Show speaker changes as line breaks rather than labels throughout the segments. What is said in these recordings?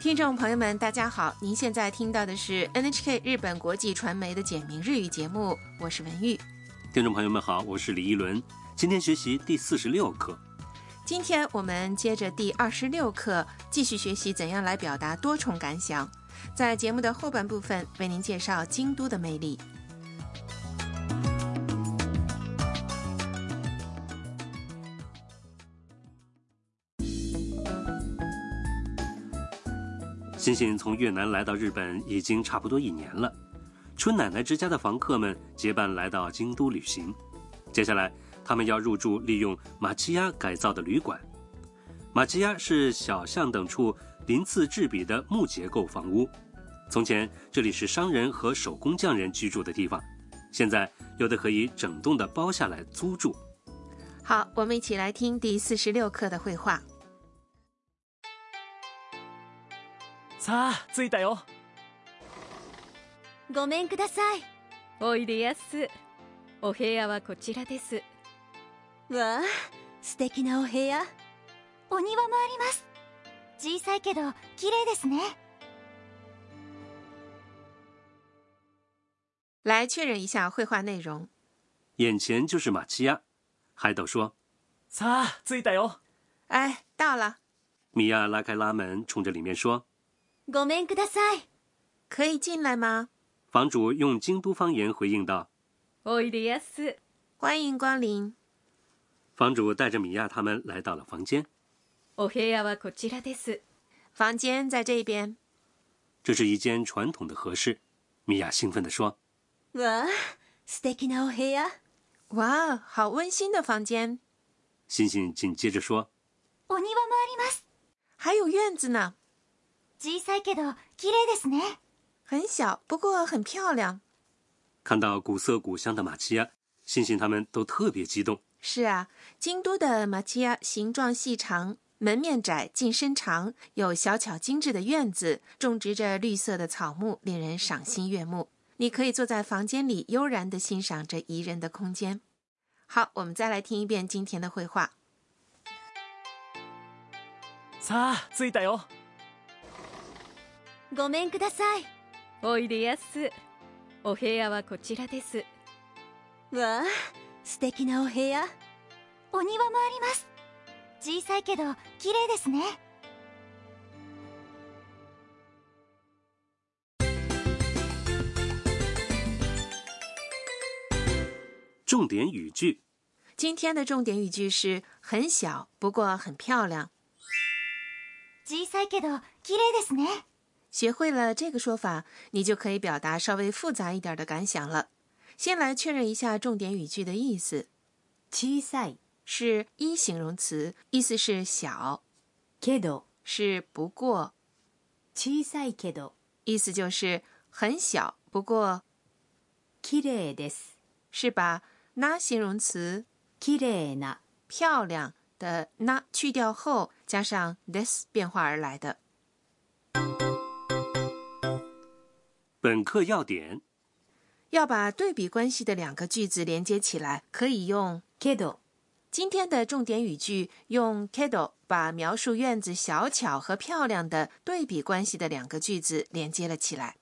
听众朋友们，大家好！您现在听到的是 NHK 日本国际传媒的简明日语节目，我是文玉。
听众朋友们好，我是李一伦，今天学习第四十六课。
今天我们接着第二十六课，继续学习怎样来表达多重感想。在节目的后半部分，为您介绍京都的魅力。
欣欣从越南来到日本已经差不多一年了，春奶奶之家的房客们结伴来到京都旅行。接下来，他们要入住利用马奇亚改造的旅馆。马奇亚是小巷等处鳞次栉比的木结构房屋。从前这里是商人和手工匠人居住的地方，现在有的可以整栋的包下来租住。
好，我们一起来听第四十六课的绘画。
さあ着いたよ
ごめんくださいおいでやすお部屋はこちらですわあ素敵なお部屋お庭もあります小さいけど綺麗ですね
来确认一下绘画内容。
眼前就是马奇亚，海斗说。
さあ着いたよ
哎，到了，
米娅拉开拉门，冲着里面说。
ごめんください
可以进来吗？
房主用京都方言回应道。
おいでやす
欢迎光临。
房主带着米娅他们来到了房间，
お部屋はこちらです
房间在这边。
这是一间传统的和室。米娅兴奋地说
わあ素敵なお部屋
哇，好温馨的房间，：“
欣欣紧接着说，
お庭もあります
还有院子呢，
小さいけど綺麗ですね
很小，不过很漂亮。
看到古色古香的马奇亚，欣欣他们都特别激动。
是啊，京都的马奇亚形状细长，门面窄，进深长，有小巧精致的院子，种植着绿色的草木，令人赏心悦目。你可以坐在房间里，悠然地欣赏这宜人的空间。好，我们再来听一遍今天的绘画。
さあ着いたよ
ごめんくださいおいでやすお部屋はこちらですわあ素敵なお部屋お庭もあります小さいけど綺麗ですね
重点语句
今天的重点语句是“很小，不过很漂亮”。
小さいけど綺麗ですね
学会了这个说法，你就可以表达稍微复杂一点的感想了。先来确认一下重点语句的意思，
小さい
是一形容词，意思是小，
けど
是不过，
小さいけど
意思就是很小，不过
綺麗です
是把那形容词
綺麗な
漂亮的那去掉后，加上 this 变化而来的。
本课要点
要把对比关系的两个句子连接起来，可以用
けど
今天的重点语句用 “kedo” 把描述院子小巧和漂亮的对比关系的两个句子连接了起来。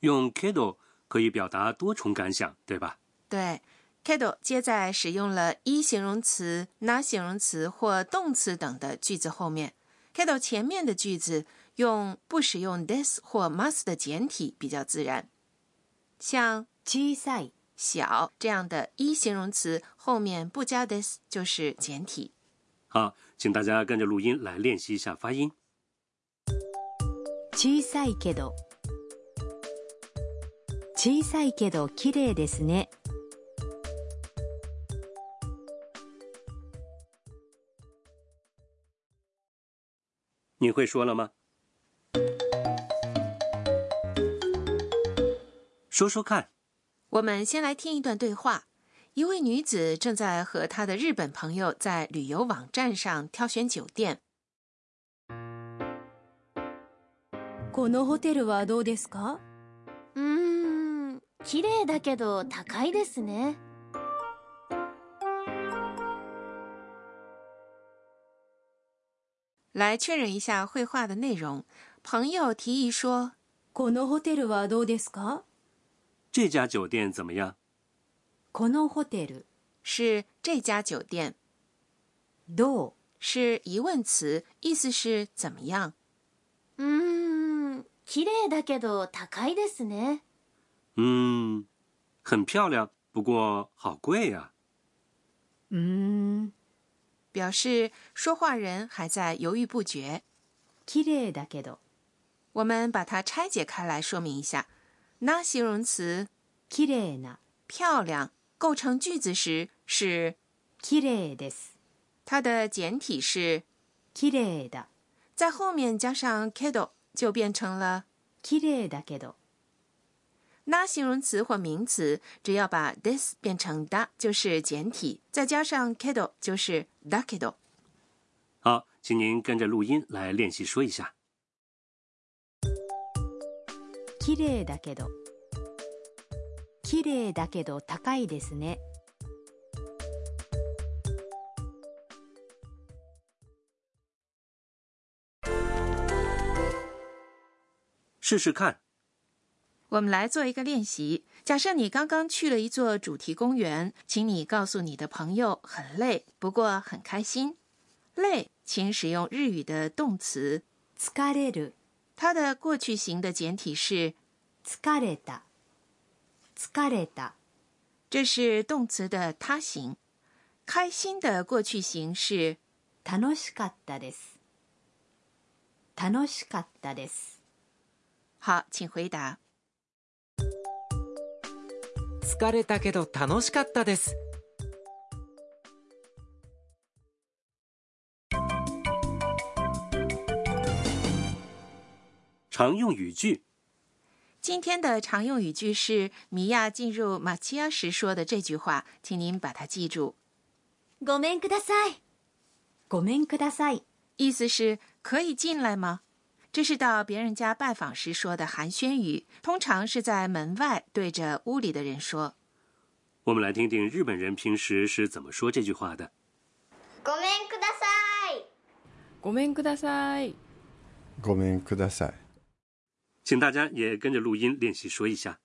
用 “kedo” 可以表达多重感想，对吧？
对，kedo 接在使用了一形容词、na 形容词或动词等的句子后面。kedo 前面的句子用不使用 this 或 must 的简体比较自然，像
小さい
小这样的一形容词后面不加 this 就是简体。
好，请大家跟着录音来练习一下发音。
小さいけど小さいけど綺麗ですね
你会说了吗？说说看，
我们先来听一段对话。一位女子正在和她的日本朋友在旅游网站上挑选酒店。
このホテルはどうですか
うーん綺麗だけど高いですね
来确认一下绘画的内容。朋友提议说
このホテルはどうですか
这家酒店怎么样？
このホテル
是这家酒店，
どう
是疑问词，意思是怎么样。
うーん、綺麗だけど高いですね。
嗯，很漂亮，不过好贵啊呀、
うーん
表示说话人还在犹豫不决。
綺麗だけど
我们把它拆解开来说明一下。那形容词
綺麗な
漂亮构成句子时是
綺麗です
它的简体是，
綺麗だ
在后面加上 kedo 就变成了
綺麗だけど
那形容词或名词，只要把 this 变成 da 就是简体，再加上 kedo 就是 da kedo。
好，请您跟着录音来练习说一下。
綺麗だけど綺麗だけど高いですね
试试看。
我们来做一个练习。假设你刚刚去了一座主题公园，请你告诉你的朋友很累，不过很开心。累，请使用日语的动词，
疲れる
它的过去型的简体是，
疲れた疲れた
这是动词的他形。开心的过去形是，
楽しかったです楽しかったです
好，请回答。
疲れたけど楽しかったです
常用语句
今天的常用语句是米娅进入马奇亚时说的这句话，请您把它记住，
ごめんください
ごめんください
意思是“可以进来吗”。这是到别人家拜访时说的寒暄语，通常是在门外对着屋里的人说。
我们来听听日本人平时是怎么说这句话的。
ごめんください
ごめんください
ごめんください。
请大家也跟着录音练习说一下。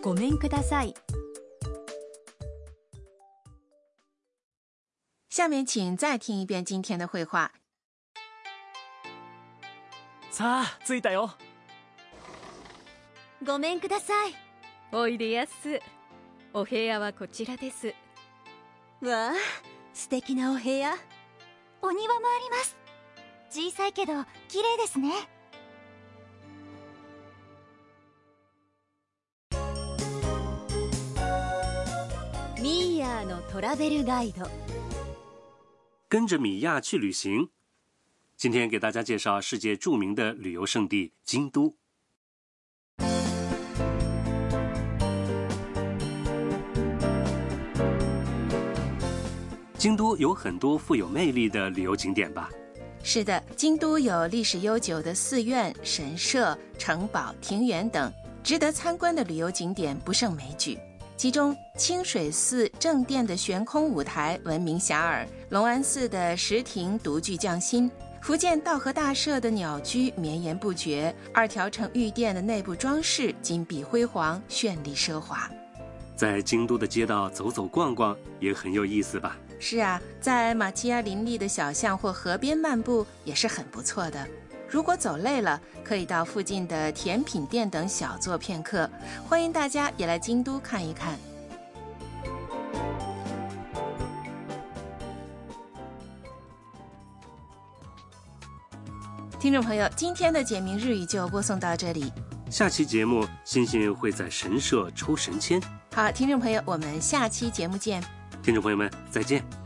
ごめんください
下面请再听一遍今天的绘画，
さあ着いたよ
ごめんください
おいでやすお部屋はこちらです
わあ素敵なお部屋
お庭もあります。
小さいけど綺麗ですねミーヤーのトラベルガイド
跟着米娅去旅行。今天给大家介绍世界著名的旅游胜地京都。京都有很多富有魅力的旅游景点吧？
是的，京都有历史悠久的寺院、神社、城堡、庭园等，值得参观的旅游景点不胜枚举。其中，清水寺正殿的悬空舞台闻名遐迩，隆安寺的石亭独具匠心，福建道和大社的鸟居绵延不绝，二条城御殿的内部装饰金碧辉煌、绚丽奢华。
在京都的街道走走逛逛也很有意思吧？
是啊，在马奇亚林立的小巷或河边漫步也是很不错的。如果走累了，可以到附近的甜品店等小坐片刻。欢迎大家也来京都看一看。听众朋友，今天的简明日语就播送到这里。
下期节目，欣欣会在神社抽神签。
好，听众朋友，我们下期节目见。
听众朋友们，再见。